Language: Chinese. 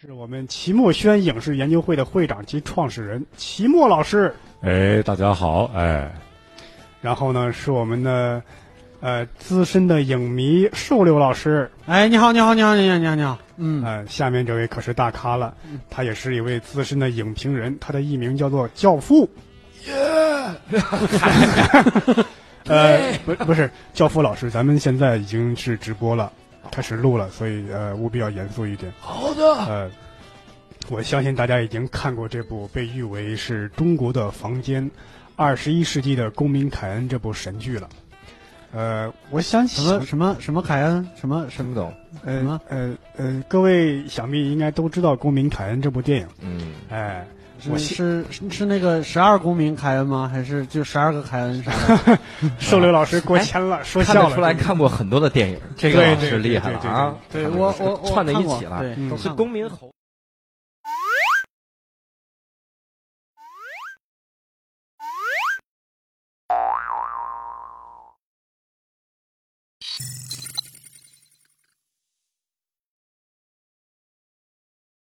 是我们齐墨轩影视研究会的会长及创始人齐墨老师。哎，大家好，哎，然后呢，是我们的呃资深的影迷瘦柳老师。哎，你好，你好，你好，你好，你好，你好。嗯，呃，下面这位可是大咖了，他也是一位资深的影评人，他的艺名叫做教父。 呃，不，不是教父老师，咱们现在已经是直播了，开始录了，所以呃，务必要严肃一点。好啊的，呃，我相信大家已经看过这部被誉为是中国的房间、二十一世纪的公民凯恩这部神剧了。呃，我想什想么什么什么凯恩，什么什听么不懂。什么呃呃呃，各位想必应该都知道《公民凯恩》这部电影。嗯，哎，我是是是是那个十二公民凯恩吗？还是就十二个凯恩啥的？ 瘦刘老师过谦了，说看笑得了。出来看过很多的电影，这对个对是厉害了啊！对看得我出来我我串在一看过起了，对，嗯都是看过公民猴。